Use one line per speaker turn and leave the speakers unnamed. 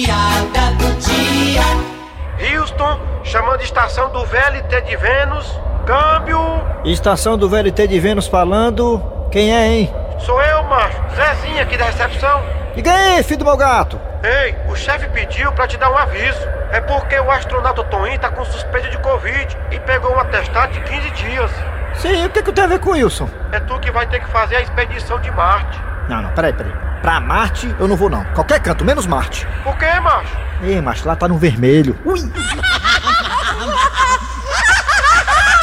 piada do dia.
Houston, chamando estação do VLT de Vênus. Câmbio.
Estação do VLT de Vênus falando. Quem é, hein?
Sou eu, macho. Zezinho aqui da recepção.
Diga aí, filho do meu gato.
Ei, o chefe pediu pra te dar um aviso. É porque o astronauta Toim tá com suspeita de Covid e pegou um atestado de 15 dias.
Sim, o que, que tem a ver com Wilson?
É tu que vai ter que fazer a expedição de Marte.
Não, não, peraí, peraí. Pra Marte eu não vou não. Qualquer canto, menos Marte.
Por quê, macho?
Ei, macho, lá tá no vermelho. Ui!